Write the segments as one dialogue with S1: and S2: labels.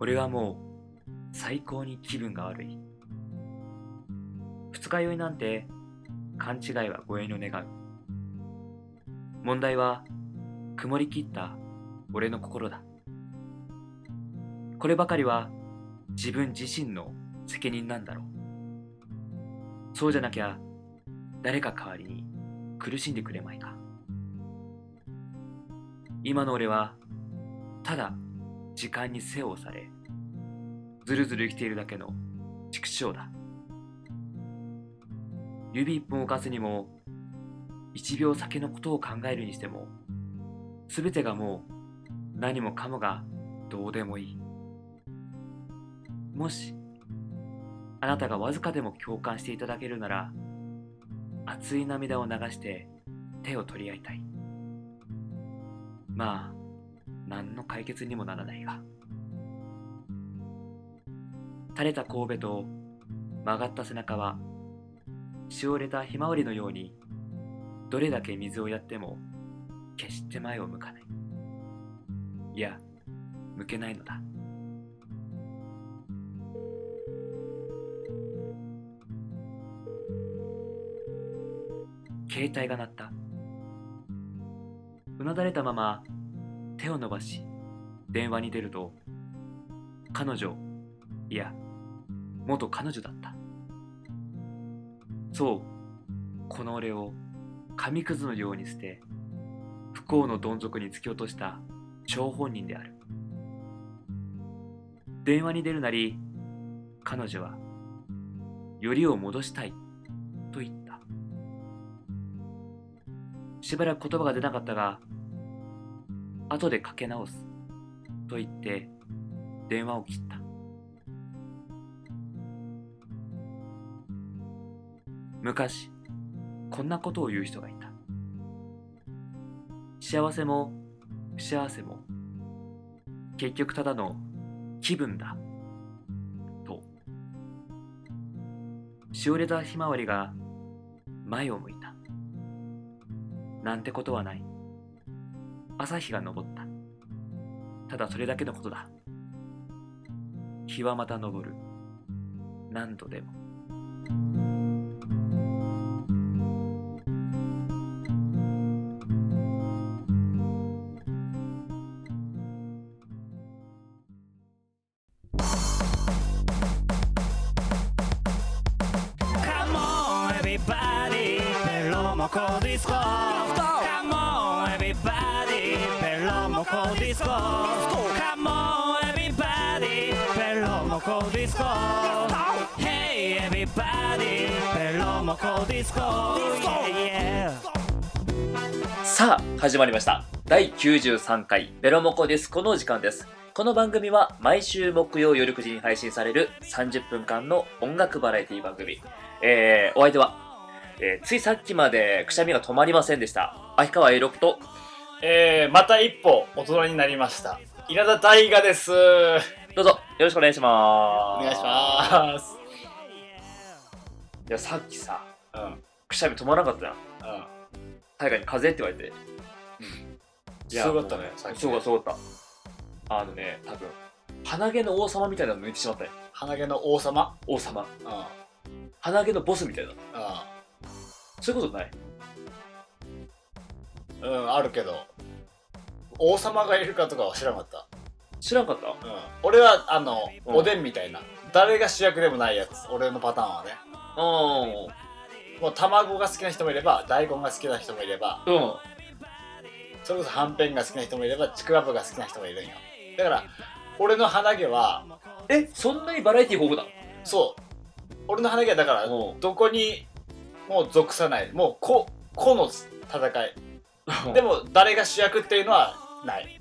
S1: 俺はもう最高に気分が悪い二日酔いなんて勘違いは護衛の願う問題は曇り切った俺の心だこればかりは自分自身の責任なんだろうそうじゃなきゃ誰か代わりに苦しんでくれまいか今の俺はただ時間に背を押されずるずる生きているだけの畜生だ指一本置かずにも一秒先のことを考えるにしても全てがもう何もかもがどうでもいいもしあなたがわずかでも共感していただけるなら熱い涙を流して手を取り合いたいまあ何の解決にもならないが垂れた神戸と曲がった背中はしおれたひまわりのようにどれだけ水をやっても決して前を向かないいや向けないのだ携帯が鳴ったうなだれたまま手を伸ばし電話に出ると彼女いや元彼女だったそうこの俺を紙くずのように捨て不幸のどん底に突き落とした張本人である電話に出るなり彼女は「よりを戻したい」と言ったしばらく言葉が出なかったが後でかけ直すと言って電話を切った昔こんなことを言う人がいた幸せも不幸せも結局ただの気分だとしおれたひまわりが前を向いたなんてことはない朝日が昇ったただそれだけのことだ日はまた昇る何度でもさあ始まりました第93回ベロモコディスコの時間ですこの番組は毎週木曜夜9時に配信される30分間の音楽バラエティ番組、えー、お相手は、えー、ついさっきまでくしゃみが止まりませんでした秋川栄六と、
S2: えー、また一歩大人になりました稲田大我です
S1: どうぞよろしくお願いします
S2: お願いします
S1: いやさっきさ、
S2: うん、
S1: くしゃみ止まらなかった
S2: なうん
S1: 大我に風邪って言われて、
S2: すごかったね
S1: さっきそうかそうかあのね多分鼻毛の王様みたいなの抜いてしまったよ
S2: 鼻毛の王様
S1: 王様、
S2: うん、
S1: 鼻毛のボスみたいな、うん、そういうことない
S2: うんあるけど王様がいるかとかは知らなかった、
S1: 知らなかった
S2: うん、俺はあの、うん、おでんみたいな誰が主役でもないやつ俺のパターンはね
S1: うん
S2: もう卵が好きな人もいれば大根が好きな人もいれば
S1: うん
S2: それこそはんぺんが好きな人もいればちくわぶが好きな人もいるんよだから俺の鼻毛は
S1: えそんなにバラエティー豊富だ
S2: そう俺の鼻毛はだからどこにもう属さないもう個個の 戦いでも誰が主役っていうのはない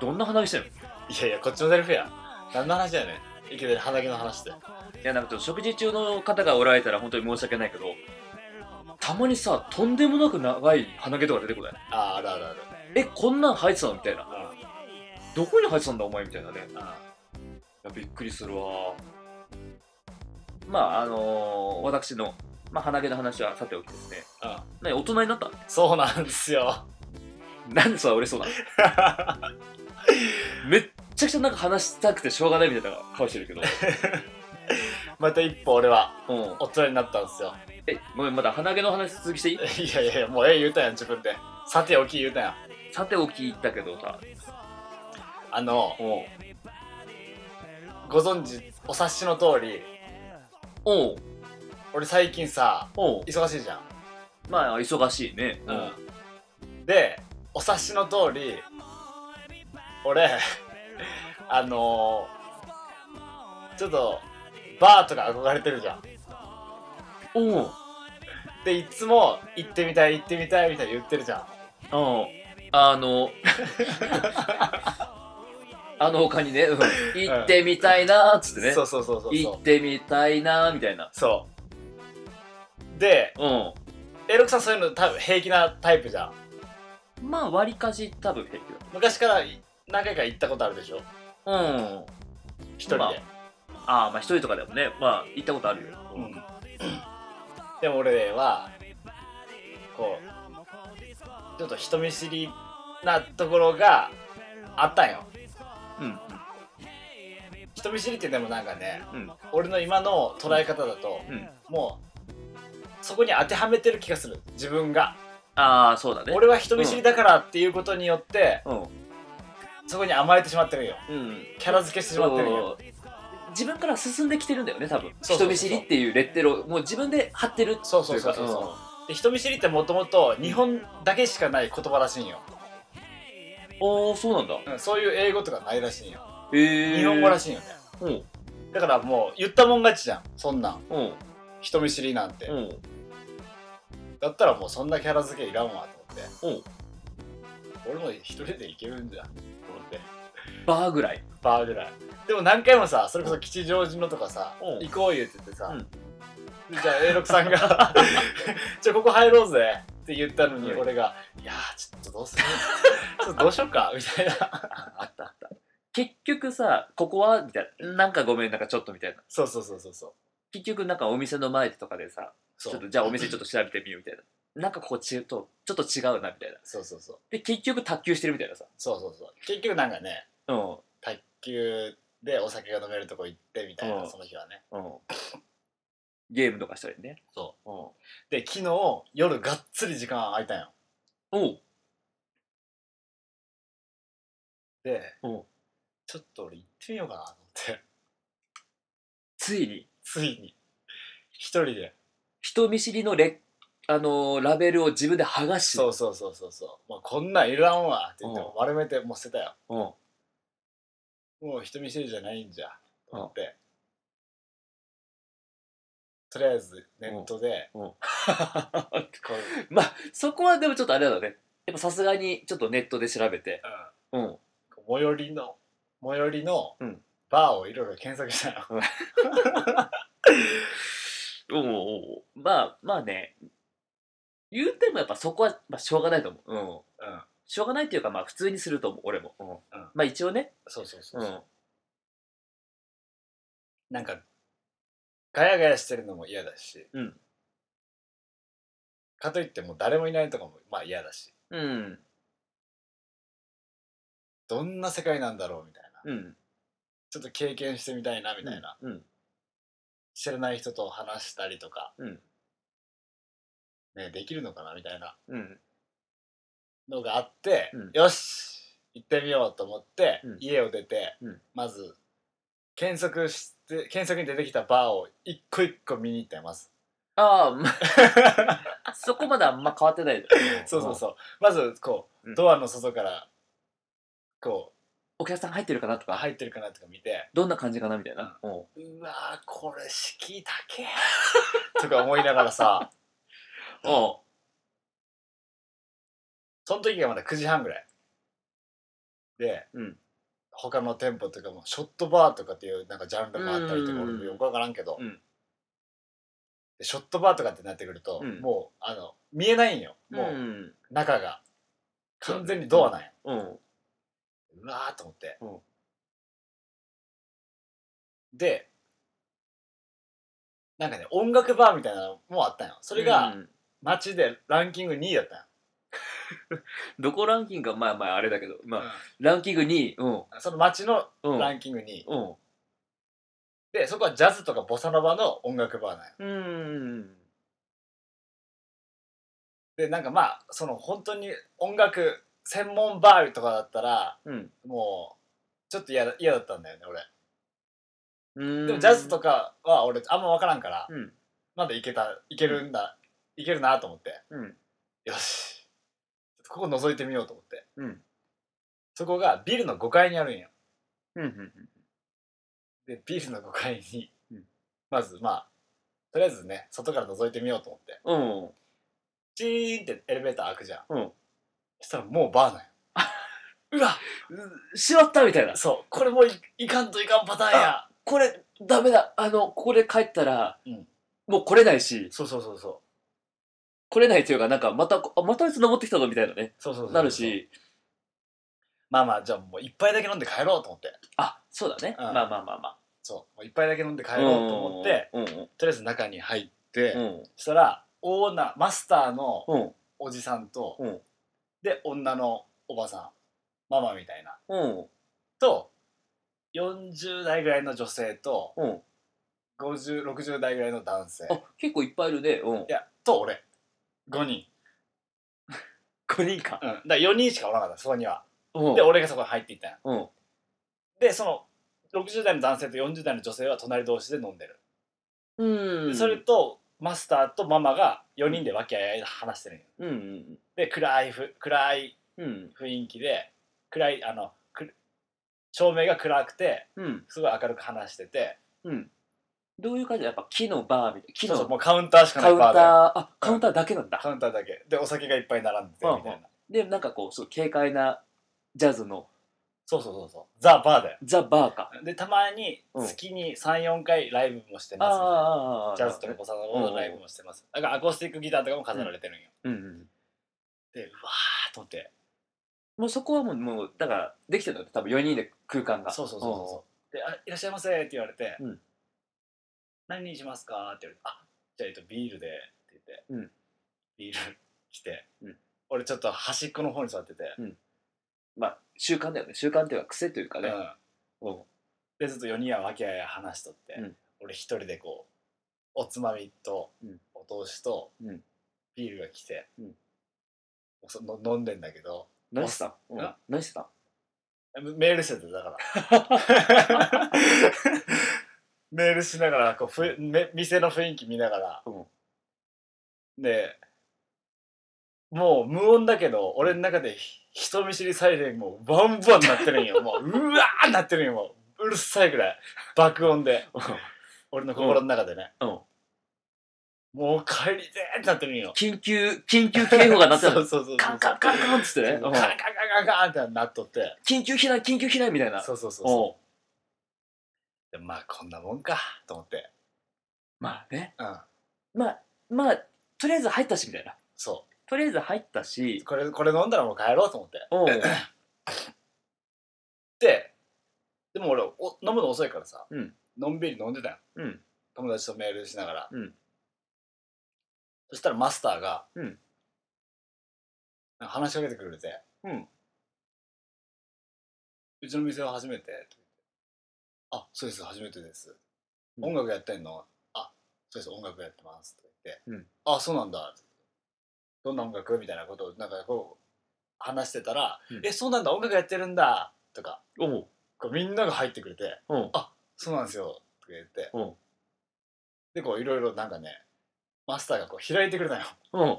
S1: どんな鼻毛してる
S2: いやいやこっちのセリフや何の話だよねいきなり鼻毛の話ってい
S1: やなんかちょっと食事中の方がおられたら本当に申し訳ないけどたまにさとんでもなく長い鼻毛とか出てこない
S2: ああるあるある
S1: えこんなん生えてたのみたいな、うん、どこに生えてたんだお前みたいなね、
S2: うん、い
S1: やびっくりするわまああのー、私のまあ、鼻毛の話はさておきですね。
S2: うん。
S1: 大人に なった
S2: そうなんですよ。
S1: なんでそれ俺そうなの めっちゃくちゃなんか話したくてしょうがないみたいな顔してるけど。
S2: また一歩俺は
S1: うん。
S2: 大人になったんですよ
S1: え、ごめん、まだ鼻毛の話続きしていい
S2: いやいやいやもうええ言うたやん自分でさておき言うたやん
S1: さておき言ったけどさ。
S2: あの
S1: おう
S2: ご存知お察しの通り
S1: おう
S2: 俺最近さ
S1: おう
S2: 忙しいじゃん
S1: まあ、忙しいね。
S2: うん、でお察しの通り俺あのーちょっとバーとか憧れてるじゃん
S1: おう
S2: でいつも行ってみたい行ってみたいみたいに言ってるじゃん
S1: うん。あの、あの他にね、うん行ってみたいなーっつってね。
S2: そうそうそうそう
S1: 行っ
S2: そ
S1: てみたいなーみたいな。
S2: うそうで
S1: うん。
S2: エロクさんそういうの多分平気なタイプじゃん
S1: まあ、割りかし多分平気
S2: 昔から何回か行ったことあるでしょ
S1: だ。うん。
S2: 一人で、
S1: まああ、まあ一人とかでもね、まあ行ったことあるよ。
S2: うんでも俺はこうちょっと人見知りなところがあったんよ
S1: うん。
S2: 人見知りってでもなんかね
S1: うん。
S2: 俺の今の捉え方だと
S1: うん。
S2: もうそこに当てはめてる気がする自分が
S1: ああ、そうだね。
S2: 俺は人見知りだからっていうことによって
S1: うん。
S2: そこに甘えてしまってるんよ
S1: うん。
S2: キャラ付けしてしまってるんよ
S1: 自分から進んできてるんだよね、多分。
S2: そうそうそう
S1: 人見知りっていうレッテルを、もう自分で貼ってる。
S2: そうそうそう
S1: と
S2: そう
S1: いう
S2: そ
S1: か
S2: うで人見知りってもともと日本だけしかない言葉らしいんよ、
S1: おお、そうなんだ。
S2: うん、そういう英語とかないらしいんよ
S1: えー。
S2: 日本語ら
S1: しい。
S2: しいんよね
S1: うん。
S2: だからもう言ったもん勝ちじゃんそんなん
S1: うん。
S2: 人見知りなんて、
S1: うん。
S2: だったらもうそんなキャラ付けいらんわと思って、俺も一人で行けるんじゃんと思って
S1: バーぐらい。
S2: バーぐらいでも何回もさそれこそ吉祥寺のとかさ、
S1: うん
S2: 行こう言っててさ、
S1: うん
S2: じゃあ A6 さんが 「じゃあここ入ろうぜ」って言ったのに
S1: うん
S2: 俺が「いやーちょっとどうするちょっとどうしよ うか」みたいな
S1: あったあった。結局さ、ここはみたいな。なんかごめん、なんかちょっとみたいな。
S2: そうそうそうそうそう
S1: 結局なんかお店の前とかでさ、ち
S2: そう
S1: ょっとじゃあお店ちょっと調べてみようみたいな。なんかこっちとちょっと違うなみたいな。
S2: そうそうそう
S1: で、結局卓球してるみたいなさ。
S2: そうそうそう結局なんかね
S1: うん。
S2: 卓球でお酒が飲めるとこ行ってみたいな、
S1: うん
S2: その日はね
S1: うん。ゲームとかしたりね。。
S2: そう
S1: うん。
S2: で昨日夜がっつり時間空いたんよ
S1: おう。
S2: で、
S1: うん
S2: ちょっと俺行ってみようかなと思って
S1: ついに、
S2: ついに一人で
S1: 人見知りのレあのーラベルを自分で剥がし。
S2: そうそうそうそうそう、まあ、こんなんいらんわって言っても丸めてもう捨てたよ
S1: うん。
S2: もう人見知りじゃないんじゃと思って、とりあえずネットで、こううん
S1: まあ、そこはでもちょっとあれだね。やっぱさすがにちょっとネットで調べて。うん。
S2: こう最寄りの最寄りの
S1: うん
S2: バーをいろいろ検索したよ、
S1: おうおうおうまあまあね言うてもやっぱそこは、まあ、しょうがないと思う、うん、
S2: うん、
S1: しょうがないっていうかまあ普通にすると思う俺も、うんまあ一応ね、
S2: そうそうそうそう、なんかガヤガヤしてるのも嫌だし、
S1: うん
S2: かといってもう誰もいないとかもまあ嫌だし
S1: うん
S2: どんな世界なんだろうみたいな
S1: うん
S2: ちょっと経験してみたいなみたいな、
S1: うん
S2: 知らない人と話したりとか、
S1: うん
S2: ね、できるのかなみたいな
S1: うん
S2: のがあって、
S1: うん
S2: よし行ってみようと思って、
S1: うん
S2: 家を出て、
S1: うん
S2: まず検索して検索に出てきたバーを一個一個見に行ってます
S1: ああまあ そこまであんま変わってない
S2: そうそうそう。まず、こ
S1: う
S2: う、
S1: ん
S2: ドアの外から、こ
S1: お客さん入ってるかなと
S2: う、
S1: か、
S2: 入ってるかなとか見て、
S1: どんな感じかなみたいな、うん
S2: うわー、これ敷居高え。とか思いながらさ、
S1: お
S2: その時がまだ9時半ぐらい。で、
S1: うん
S2: 他の店舗とかも、ショットバーとかっていうなんかジャンルがあったりとか、
S1: うん
S2: 俺よくわからんけど、
S1: うん
S2: でショットバーとかってなってくると、
S1: うん
S2: もう、あの、見えないんよ。
S1: う
S2: もう、
S1: ん
S2: 中が。
S1: そうね
S2: 完全にドアなんよ。
S1: うん
S2: うわーと思って、
S1: うん
S2: でなんかね音楽バーみたいなのもあったんよそれが
S1: うん
S2: 街でランキング2位だったんよ、
S1: どこランキングはまあまああれだけど、まあ、
S2: う
S1: ランキング2位。うん。
S2: んその街の
S1: うん。
S2: ランキングに、
S1: うん。
S2: でそこはジャズとかボサノバの音楽バーなんよ
S1: うん。
S2: でなんかまあその本当に音楽専門バーとかだったら
S1: うん。
S2: もうちょっと嫌だ嫌だったんだよね俺
S1: うん。
S2: でもジャズとかは俺あんま分からんから、
S1: うん。
S2: まだいけたいけるんだ、いけるなと思って
S1: うん。
S2: よしちょっとここ覗いてみようと思って
S1: うん。
S2: そこがビルの5階にあるんよ
S1: うん。うん。
S2: でビルの5階に、
S1: うん
S2: まずまあとりあえずね外から覗いてみようと思って
S1: うん。
S2: チーンってエレベーター開くじゃん、
S1: うん
S2: そしたらもうバ ーなんようわ
S1: しまったみたいな。
S2: そうこれもいいかんといかんパターンや
S1: これ、ダメだ。あの、ここで帰ったら、
S2: うん
S1: もう来れないし、
S2: そうそうそうそう
S1: 来れないというか、なんか、また、あ、またあいつ登ってきたぞみたいなね、
S2: そうそうそう
S1: なるし、
S2: まあまあじゃあもう一杯だけ飲んで帰ろうと思って
S1: あ、そうだね。
S2: うん
S1: まあまあまあまあ。
S2: そうもう一杯だけ飲んで帰ろうと思って
S1: うん。
S2: とりあえず中に入って、
S1: うん。
S2: そしたらオーナーマスターの
S1: うん。
S2: おじさんと、
S1: うん
S2: で女のおばさんママみたいな
S1: うん。
S2: と40代ぐらいの女性と
S1: うん。
S2: 5060代ぐらいの男性
S1: あ、結構いっぱいいるね。うん
S2: い。やと俺5人、
S1: 5人か
S2: う。ん、だから4人しかおらなかったそこには
S1: うん
S2: で。俺がそこに入っていったんよ
S1: うん。
S2: でその60代の男性と40代の女性は隣同士で飲んでる、
S1: うん。
S2: それ、とマスターとママが4人で和気あいあいと話してるんよ
S1: うんうん
S2: で暗いふ暗い
S1: うん。うん。
S2: 雰囲気で暗いあのく照明が暗くて
S1: うん。
S2: すごい明るく話してて
S1: うん。どういう感じだやっぱ木のバーみたいな。木
S2: そうそうも
S1: の
S2: うカウンターしかな
S1: カ
S2: い
S1: ウンター
S2: バーで、
S1: あ、カウンターだけなんだ。
S2: カウンターだけでお酒がいっぱい並んでてみたいな、
S1: うんで、なんかこう、すごい軽快なジャズの
S2: そうそうそうそうザ・バーだよ
S1: ザ・バーか。
S2: でたまに月に34回ライブもして
S1: あ
S2: ますみたいな、
S1: あああ、
S2: ジャズとかボサノバのライブもしてますだからアコースティックギターとかも飾られてるんよ、
S1: うんうん。
S2: でうわーっと思って
S1: もうそこはもう、もうだから、できてるんだよね。多分4人で空間が。
S2: そうそうそうそうそうであ「いらっしゃいませ」って言われて「
S1: うん
S2: 何にしますか?」って言われて「あじゃあ、えっと、ビールで」って言って、
S1: うん
S2: ビール来て、
S1: うん
S2: 俺ちょっと端っこの方に座ってて、
S1: うんまあ、習慣だよね。習慣っていうか、癖というかね。
S2: うんでずっと4人はわけあいあい話しとって、
S1: うん
S2: 俺一人でこうおつまみと、
S1: うん
S2: お通しと、
S1: うん
S2: ビールが来て、
S1: うん
S2: その飲んでんだけど
S1: 何してた
S2: うん
S1: うん何してた
S2: メールしててだから メールしながらこうふめ店の雰囲気見ながら、
S1: うん
S2: でもう無音だけど俺の中でひ人見知りサイレンもうバンバンなってるんよもううわーなってるんよもううるさいぐらい爆音で俺の心の中でね、
S1: うん
S2: もう帰りてーってなってるんよ
S1: 緊急、緊急警報が鳴ってた
S2: そう
S1: の。
S2: そうそうそう
S1: カンカンカンカンっつってね。
S2: カ
S1: う
S2: ンカン
S1: ん
S2: カンカンカンってなっとって
S1: 緊急避難、緊急避難みたいな。
S2: そうそうそうそう
S1: おう
S2: でまあこんなもんかと思って
S1: まあね。
S2: うん
S1: まあ、まあ、とりあえず入ったし、みたいな。
S2: そ
S1: とりあえず入った
S2: う
S1: し。
S2: これこれ飲んだらもう帰ろうと思って
S1: おう
S2: ででも俺お飲むの遅いからさ、
S1: うん
S2: のんびり飲んでたよ
S1: うん。
S2: 友達とメールしながら、
S1: うん
S2: そしたらマスターが、
S1: うん
S2: なんか話しかけてくれて「
S1: うん
S2: うちの店は初めて」あそうです初めてです、
S1: うん
S2: 音楽やってんの?」あそうです音楽やってます」と言って「
S1: うん
S2: あそうなんだ」どんな音楽みたいなことをなんかこう話してたら「
S1: うん
S2: えそうなんだ音楽やってるんだ」とか
S1: おう
S2: こうみんなが入ってくれて
S1: おう
S2: 「そうなんですよ」とか言って
S1: おう
S2: でこういろいろなんかねマスターがこう開いてくれたよ
S1: おう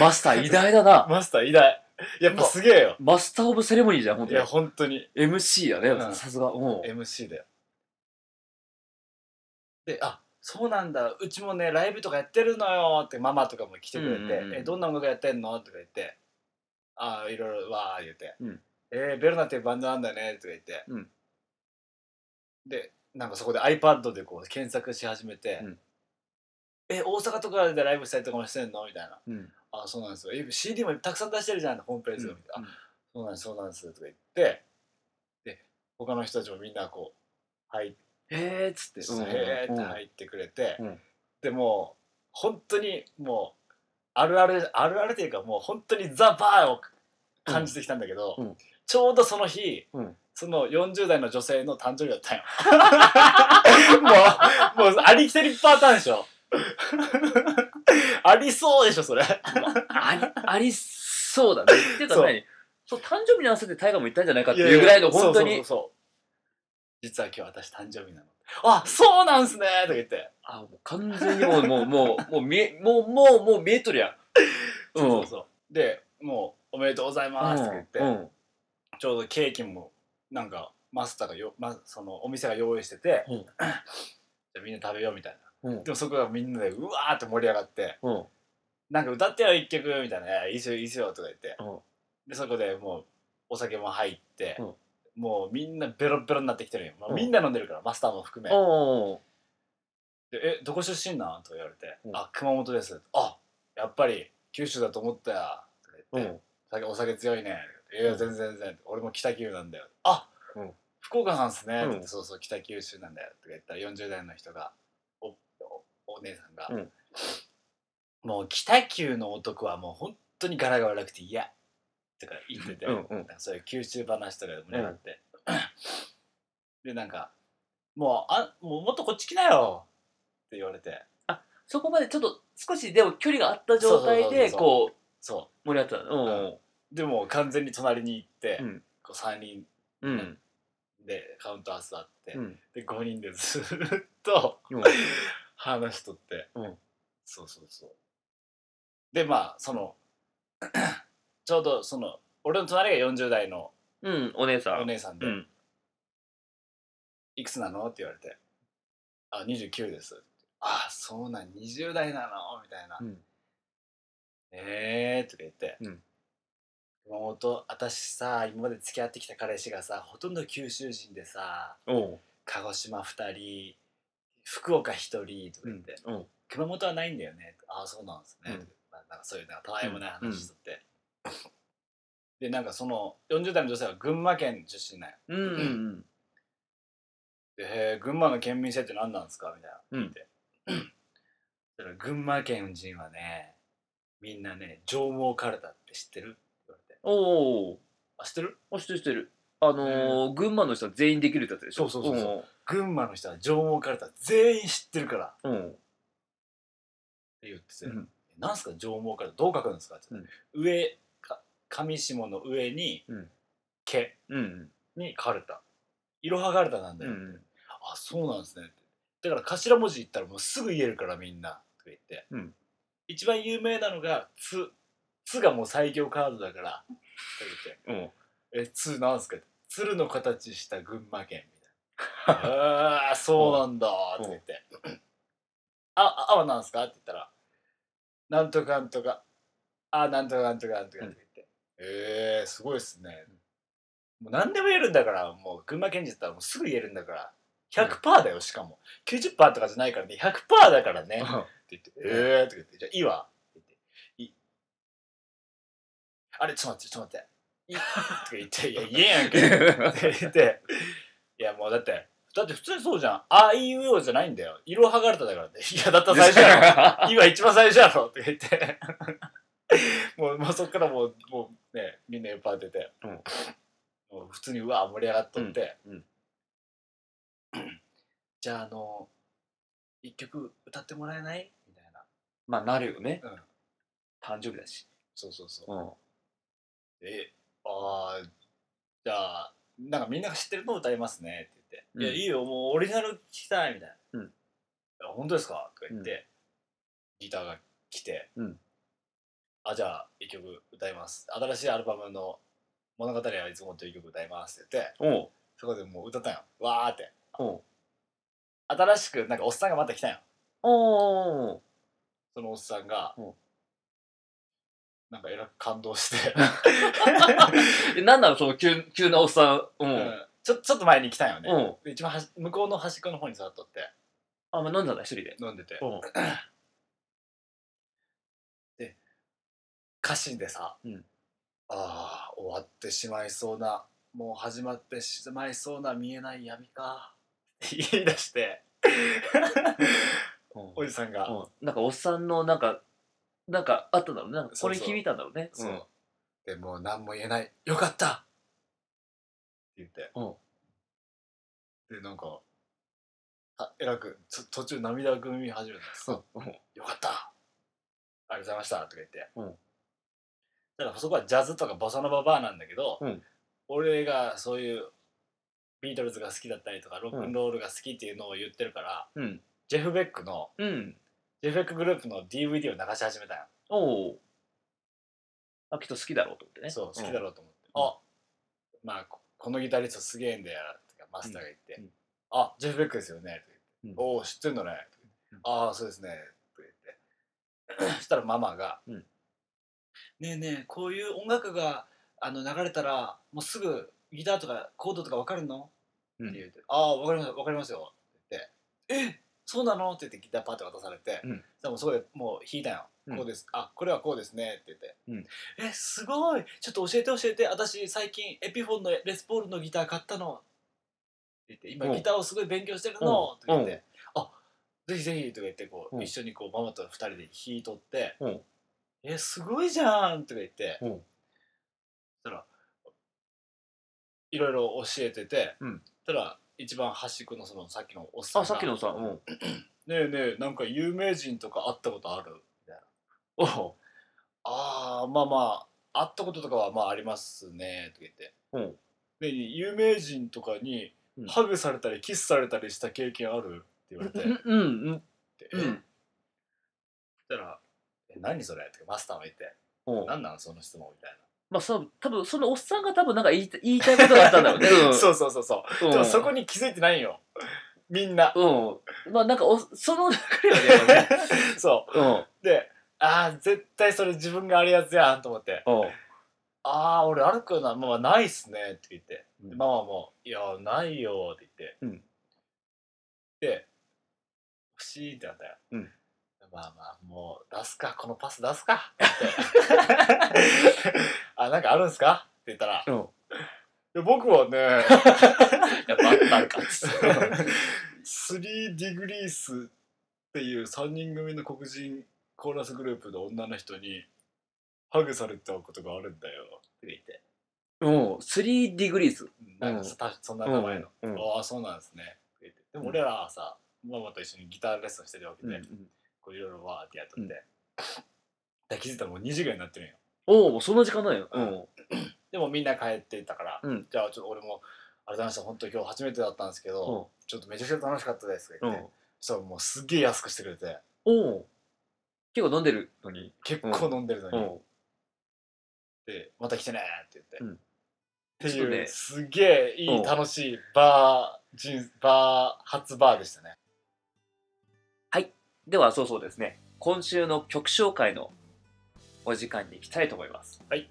S1: マスター偉大だな。
S2: マスター偉大やっぱすげえよ
S1: マスターオブセレモニーじゃん、本
S2: い
S1: 当に
S2: や。本当に
S1: MC だね、
S2: うん
S1: さすが。うん。
S2: MC だよであそうなんだうちもねライブとかやってるのよってママとかも来てくれて「
S1: うんうんうん
S2: えどんな音楽やってんの?」とか言って「ああいろいろわあ」言って「
S1: うん
S2: えーベルナっていうバンドなんだね」とか言って、
S1: うん
S2: でなんかそこで iPad でこう検索し始めて「
S1: うん
S2: え大阪とかでライブしたりとかもしてんの?」みたいな
S1: うん。
S2: 「あそうなんですよえ CD もたくさん出してるじゃん」ホームページを見て、あそうなんです、そうなんです、とか言って、で、他の人たちもみんなこう、入って、
S1: へーっつって。
S2: へーって
S1: い。
S2: 入ってくれて
S1: うん、
S2: でもう、本当にもう、あるあるあるあるというかもう本当にザ・バーを感じてきたんだけど、
S1: うんうん
S2: ちょうどその日、
S1: うん
S2: その40代の女性の誕生日だったよ もうもうありきたりパターンでしょ ありそうでしょそれ
S1: あり、 ありそうだね。っていうか
S2: そう
S1: 何そう、誕生日に合わせて大河も行ったんじゃないかっていうぐらいの、本当
S2: いやいや
S1: に。
S2: そうそうそうそう実は今日私誕生日なのあそうなんすねとか言って、
S1: あ、もう完全にもう、もう、もう、もう見え、もう、もう、もう見えとるやん。うん。
S2: そうそうそうでもう「おめでとうございます」とか言って、
S1: うん。
S2: ちょうどケーキもなんかマスターがよ、ま、そのお店が用意してて、
S1: うん
S2: じゃあみんな食べようみたいな
S1: うん。
S2: でもそこがみんなでうわーって盛り上がって
S1: うん。
S2: なんか歌ってよ一曲みたいな「いいっすよいいっすよ」とか言って、
S1: うん
S2: でそこでもうお酒も入って、
S1: うん
S2: もうみんなベロベロになってきてるよ、まあ
S1: うん
S2: みんな飲んでるからマスターも含め、
S1: おー
S2: でえどこ出身なん?」とか言われて「
S1: うん
S2: あ熊本です」あやっぱり九州だと思ったよ」とか
S1: う
S2: 言って、
S1: ん。
S2: 酒お酒強いね」いやいや
S1: うん
S2: 全然全然」俺も北九なんだよ」あ、
S1: うん
S2: 福岡なんすね」
S1: うん
S2: ってそうそう北九州なんだよ」とか言ったら40代の人がおおお姉さんが、
S1: うん
S2: もう北九の男はもう本当に柄が悪くて嫌」とか言ってて、
S1: うん。うん。
S2: なんかそういう九州話とかで盛り上がって、でなんか「もうあもうもっとこっち来なよ」って言われて
S1: そこまでちょっと、少しでも距離があった状態
S2: そうそうそう
S1: で、
S2: そう
S1: こ、
S2: そう
S1: 盛り上がってたの。
S2: うでもう完全に隣に行って、
S1: うん
S2: こう3人
S1: うん。うん。
S2: でカウンター座って、
S1: うん。
S2: で5人でずっと
S1: うん。
S2: 話しとって、
S1: うん
S2: そうそうそうでまあその ちょうどその俺の隣が40代の
S1: うん。お姉さ
S2: お
S1: ん。
S2: 姉さんで「
S1: うん。
S2: いくつなの?」って言われて「あ29です」ああそうなん20代なのみたいな「
S1: うん
S2: ええー」とか言って「
S1: うん
S2: 熊本私さ今まで付き合ってきた彼氏がさほとんど九州人でさ
S1: おう。
S2: 鹿児島2人福岡1人」とか
S1: う
S2: 言っ
S1: ん
S2: て、。
S1: うん。
S2: 熊本はないんだよね」ああそうなんですね」
S1: うん
S2: とかまあなんかそういうなんかたわいもない話しとって、でなんかその40代の女性は群馬県出身なんよ
S1: うん。うん。
S2: でへー群馬の県民性って何なんですかみたいな。
S1: うん。
S2: そしたら群馬県人はね、みんなね、上毛かるたって知ってるって言われて。
S1: おお。
S2: あ、知ってる
S1: あ、知ってる知ってる。あのー、群馬の人は全員できるってやつでしょ。
S2: そうそうそうそ群馬の人は上毛かるた全員知ってるからっ
S1: うん。うん。
S2: て言ってて、
S1: うん
S2: なんすか上毛かるたどう書くんですかって言って、上か、上下の上に、
S1: うん
S2: 毛
S1: うん。
S2: にかるた。いろはかるたなんだ
S1: う
S2: よ、
S1: ん。
S2: あ、そうなんですねって。だから頭文字言ったらもうすぐ言えるからみんな。とか言って。
S1: うん
S2: 一番有名なのが、つ。つがもう最強カードだから。とか言って。
S1: うん。
S2: え、つなんすか鶴の形した群馬県みたい な。ああ、そうなんだって言って。あ、あはなんすかって言ったら、なんとかなんとか、あ、なんとかなんとかなんとかって言って。えー、すごいっすね。もう何でも言えるんだから、もう群馬県人だったらもうすぐ言えるんだから。100%だよ、しかも。90%とかじゃないからね、100%だからね。って言って、えーって言って、じゃあ、いいわって言って、いあれ、ちょっと待って、ちょっと待って、いいって言って、いや、言えやんけって言って、いや、もうだって、だって普通にそうじゃん。あいうえおじゃないんだよ。色はがれただからね。いや、だったら最初や ろ。今一番最初やろって言って、もう、もうそっからもう、もうね、みんな酔っ払ってて、
S1: うん
S2: もう普通にうわ、盛り上がっとって、
S1: うんうん
S2: じゃあ、あの、一曲歌ってもらえないみたいな。
S1: まあなるよね。
S2: うん
S1: 誕生日だし。
S2: そうそうそう。
S1: うん。
S2: え、ああ、じゃあ、なんかみんなが知ってるのを歌いますねって言って、
S1: うん
S2: いや、いいよ、もうオリジナル聴きたいみたいな。
S1: うん
S2: いや本当ですかとか言って、ギターが来て、
S1: うん
S2: あ、じゃあ、一曲歌います。新しいアルバムの物語はいつもという曲歌いますって言って、
S1: おう。
S2: そこでもう歌ったんよ。わーって。
S1: おう。
S2: 新しく、なんかおっさんがまた来たんよ。
S1: おう。
S2: そのおっさんが、
S1: うん
S2: なんかえらく感動して、
S1: え、なんなのその急、急なおっさん。う。
S2: うんんちょちょっと前に来たんよね。
S1: うん。
S2: で一番はし向こうの端っこの方に座っとって
S1: あ、まあ飲んだんだ、一人で。
S2: 飲んでて
S1: うん。
S2: 歌詞でさ、
S1: うん
S2: ああ終わってしまいそうなもう始まってしまいそうな見えない闇か って言い出して
S1: うん
S2: おじさんが、
S1: うんなんかおっさんの、なんか、なんかあったんだろうねなんかこ
S2: そう
S1: れ
S2: そう
S1: に響いたんだろうね
S2: そう。でもう何も言えない。よかったって言って。で、なんか、あ、えらく、ちょ途中涙ぐみ始めたんです。
S1: うんうん
S2: よかったありがとうございましたとか言って。
S1: うん
S2: だからそこはジャズとかボサノババーなんだけど、
S1: うん
S2: 俺がそういうビートルズが好きだったりとか、ロックンロールが好きっていうのを言ってるから、
S1: うん
S2: ジェフ・ベックの、
S1: うん
S2: ジェフ・ベックグループの DVD を流し始めたよ。
S1: おおあきっと好きだろうと思ってね
S2: そう、好きだ
S1: ろ
S2: ろうと思って。あまあ、ここのギタリストすげえんだよ、とかマスターが言って、
S1: うんうん
S2: あ、ジェフ・ベックですよね、とか言って
S1: う
S2: おお、知ってんのね。
S1: うん
S2: ああ、そうですね、とか言って。そ したらママが、
S1: うん
S2: ねえねえ、こういう音楽があの流れたら、もうすぐギターとかコードとかわかるの
S1: うん
S2: って言って、ああ、わかります、わかりますよ、って言って、えそうなのって言ってギターパッて渡されて、
S1: うん
S2: でもうそこでもう弾いた
S1: う
S2: よ。
S1: ん
S2: こうです、あ、これはこうですね、って言って。
S1: うん
S2: え、すごいちょっと教えて教えて、私最近エピフォンのレスポールのギター買ったの。って言って、
S1: う
S2: 今
S1: ん
S2: ギターをすごい勉強してるの。って言っ
S1: う
S2: て、あ、ぜひぜひとか言って、こ
S1: う
S2: うん一緒にこうママと二人で弾いとって
S1: うん、
S2: え、すごいじゃんとか言って、
S1: うん
S2: そしたら、いろいろ教えてて、
S1: うん
S2: そしたら一番端っこのそのさっきのおっさん
S1: あ
S2: が
S1: さっきのさうん
S2: ねえねえなんか有名人とか会ったことある?」みたいな「おうああまあまあ会ったこととかはまあありますね」とか言って
S1: うん
S2: 「ねえ有名人とかに
S1: うん
S2: ハグされたりキスされたりした経験ある?」って言われて
S1: うんうんうん
S2: 「え
S1: う
S2: そし
S1: ん
S2: たら「え何それ?」ってマスターも言って
S1: う
S2: 「
S1: ん
S2: 何なんその質問」みたい
S1: まあそう多分そのおっさんが多分なんか言いた言いたいことがあったんだろうね、う
S2: な、
S1: ん、
S2: そうそうそうそう
S1: うん
S2: でもそこに気づいてないよみんな
S1: うんまあなんかおその流れはねやっぱね
S2: そ
S1: うん
S2: うでああ絶対それ自分があるやつやんと思って
S1: うん
S2: ああ、俺あるかな、まあ、ないっすねって言って、
S1: うん
S2: ママも、いや、ないよって言って、
S1: うん
S2: で、欲しいってなったよ。
S1: うん
S2: まあまあ、もう出すか、このパス出すかって 言ってあ、なんかあるんすかって言ったら、
S1: うん
S2: いや僕はね、
S1: やっぱあったんかっつって
S2: スリーディグリースっていう3人組の黒人コーラスグループの女の人に、ハグされたことがあるんだよって言って。
S1: うん3ディグリーズ
S2: なんかさそんな名前の。
S1: うん
S2: ああそうなんですね」って言ってでも俺らはさママと一緒にギターレッスンしてるわけ
S1: うんう
S2: で、
S1: ん
S2: こういろいろわーってやっとって、
S1: うん
S2: で気づいたらもう2時ぐらいになってるんよ
S1: おおもうそんな時間ないようん
S2: でもみんな帰っていったから、
S1: うん
S2: じゃあちょっと俺も「あれだました本当に今日初めてだったんですけど、ちょっとめちゃくちゃ楽しかったです」って
S1: うん
S2: 言
S1: う
S2: って、
S1: ん
S2: そうもうすっげえ安くしてくれて
S1: おお結構飲んでるのに
S2: 結構飲んでるのに、
S1: うん
S2: で「また来てね」って言って、
S1: うん
S2: って
S1: ちょっと
S2: いう、
S1: ね
S2: すげえい
S1: うん
S2: い楽しいバー人バー初バーでしたね
S1: ではそうそうですね今週の曲紹介のお時間に行きたいと思います
S2: はい、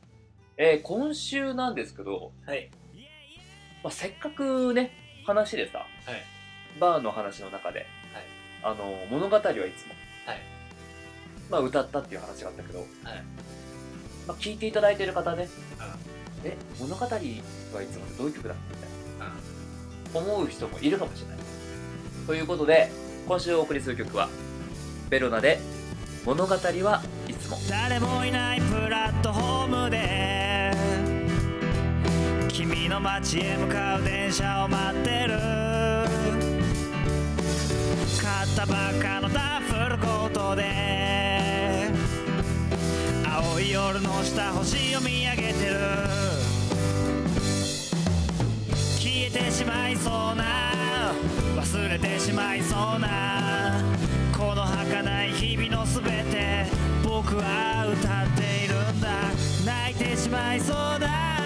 S1: えー今週なんですけど、
S2: はい
S1: まあ、せっかくね話でさ、
S2: はい
S1: バーの話の中で、あの物語はいつも、
S2: はい
S1: まあ、歌ったっていう話があったけど、
S2: はい
S1: まあ、聞いていただいてる方ね、え物語はいつもってどういう曲だっけみたいな思う人もいるかもしれない。ということで今週お送りする曲は「ベロナ」で「物語はいつも
S3: 誰もいないプラットホームで君の街へ向かう電車を待ってる買ったばっかのダッフルコートで青い夜の下星を見上げてる消えてしまいそうな忘れてしまいそうなこの儚い日々のすべて僕は歌っているんだ泣いてしまいそうだ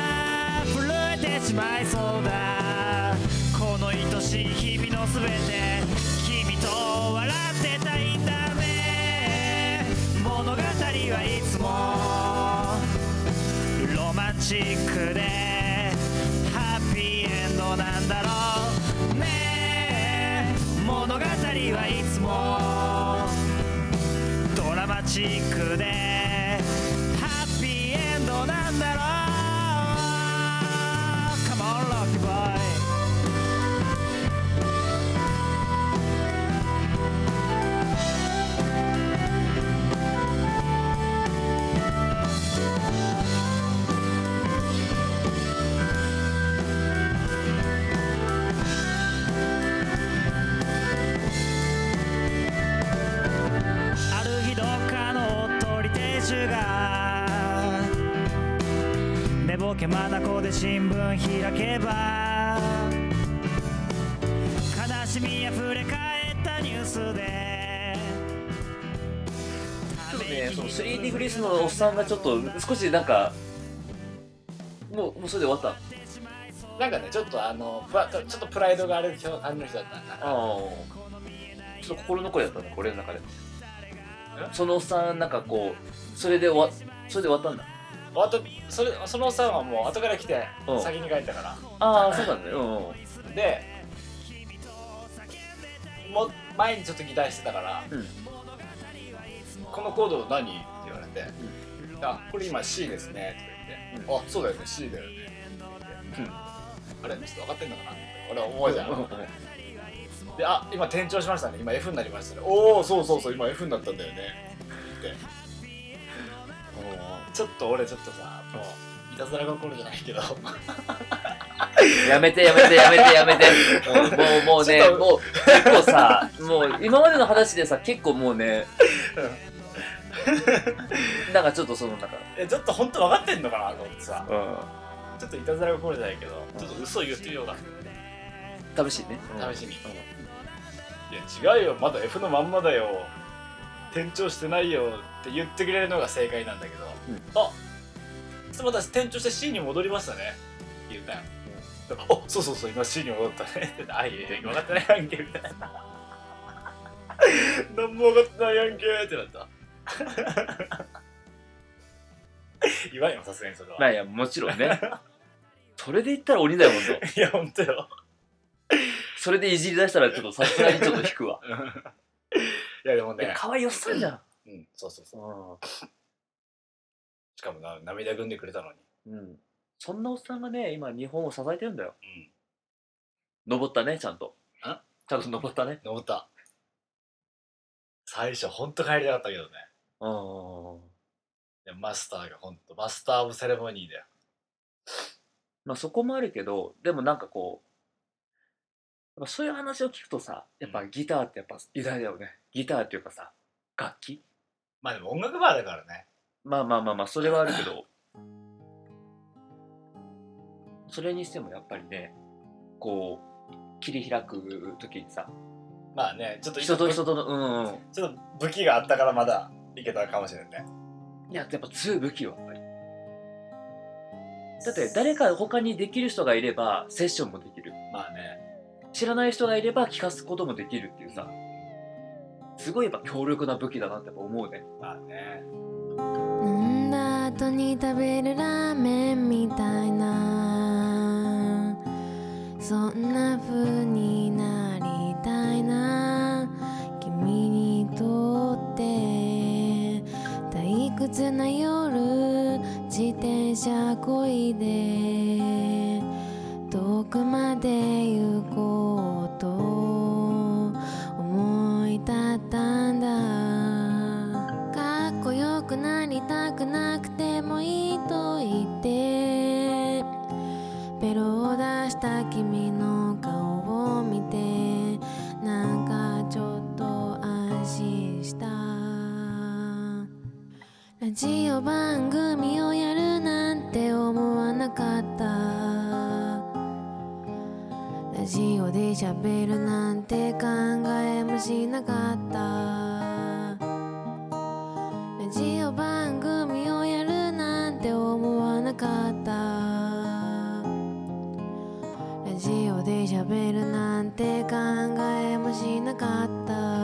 S3: 震えてしまいそうだこの愛しい日々のすべて君と笑ってたいんだね物語はいつもロマンチックでハッピーエンドなんだろうねえ物語はいつもドラマチックでハッピーエンドなんだろう Come on, Rocky Boy
S4: 「
S3: けまだこで新聞開けば悲しみあふれ返ったニュースで
S1: ちょっとね、その 3D フリースのおっさんがちょっと少しなんか、もう、もうそれで終わった。あ
S2: なんかねちょっとあのプラちょっとプライドがある人ある人だったな
S1: あ。ちょっと心残りだったんだ、俺の中で。そのおっさん、なんかこう、それで終わ、それで終わったんだ。
S2: あとそれそのおっさんはもう後から来て
S1: うん
S2: 先に帰ったから、
S1: ああ、そうなんだよ。うんうん。
S2: でも前にちょっと擬態してたから、
S1: うん
S2: このコード何って言われて、あこれ今 C ですねって言って、あそうだよね C だよねって言って、あれちょっと分かってんのかなって俺は思うじゃん、であ今転調しましたね今 F になりましたねおおそうそうそう今 F になったんだよねって言ってちょっと俺ちょっとさもういたずら心じゃないけど
S1: やめてやめてやめてやめて。もう、もうね、
S2: ちょっと
S1: もう、結構さ、もう今までの話でさ、結構もうね、なんかちょっとその、なんか、
S2: えちょっと本当分かってんのかなと思ってさ
S1: う
S2: ちょっといたずら心じゃないけどちょっと嘘言ってみようか
S1: ん、試しにね。
S2: 試しに、いや違うよまだ F のまんまだよ転調してないよって言ってくれるのが正解なんだけど、
S1: うん
S2: あちょっと私転調して C に戻りましたねって言ったよ、あそうそうそう今 C に戻ったねって あいやいや分かってないやんけ みたいな何も分かってないやんけってなった 言わんよさすがにそれは、
S1: まあいや、もちろんね。それで言ったら鬼だよ、ほんと。
S2: いや本当よ
S1: それでいじり出したら、ちょっとさすがにちょっと引くわ。
S2: いやでも
S1: え
S2: ね
S1: 可愛いおっさんじゃん。
S2: うんそうそうそうしかもな涙ぐんでくれたのに
S1: うん。そんなおっさんがね、今、日本を支えてるんだよ。
S2: うん
S1: 登ったね、ちゃんと。
S2: あ
S1: ちゃんと登ったね。
S2: 登った最初ほんと帰りたかったけどね
S1: うん。
S2: でもマスターがほんとマスター・オブ・セレモニーだよ
S1: まあそこもあるけど、でもなんかこう、やっぱそういう話を聞くとさ、やっぱギターってやっぱ偉大だよね。ギターっていうかさ、楽器
S2: まあでも音楽バーだからね
S1: まあまあまあまあ、それはあるけど、それにしてもやっぱりね、こう、切り開く時にさ、
S2: まあねちょっと
S1: 人と
S2: ちょ
S1: 人との、うんうん。
S2: っと武器があったからまだいけたかもしれんね
S1: いや、やっぱ強い武器よ、やっぱり。だって誰か他にできる人がいればセッションもできる。
S2: まあね
S1: 知らない人がいれば聞かすこともできるっていうさすごいやっぱ強力な武器だなってやっぱ思うね
S2: まあね
S4: 飲んだ後に食べるラーメンみたいなそんな風になりたいな君にとって退屈な夜自転車こいで遠くまで行こうと思い立ったんだかっこよくなりたくなくてもいいと言ってベロを出した君の顔を見てなんかちょっと安心したラジオ番組をやるなんて思わなかったラジオで喋るなんて考えもしなかったラジオ番組をやるなんて思わなかったラジオで喋るなんて考えもしなかった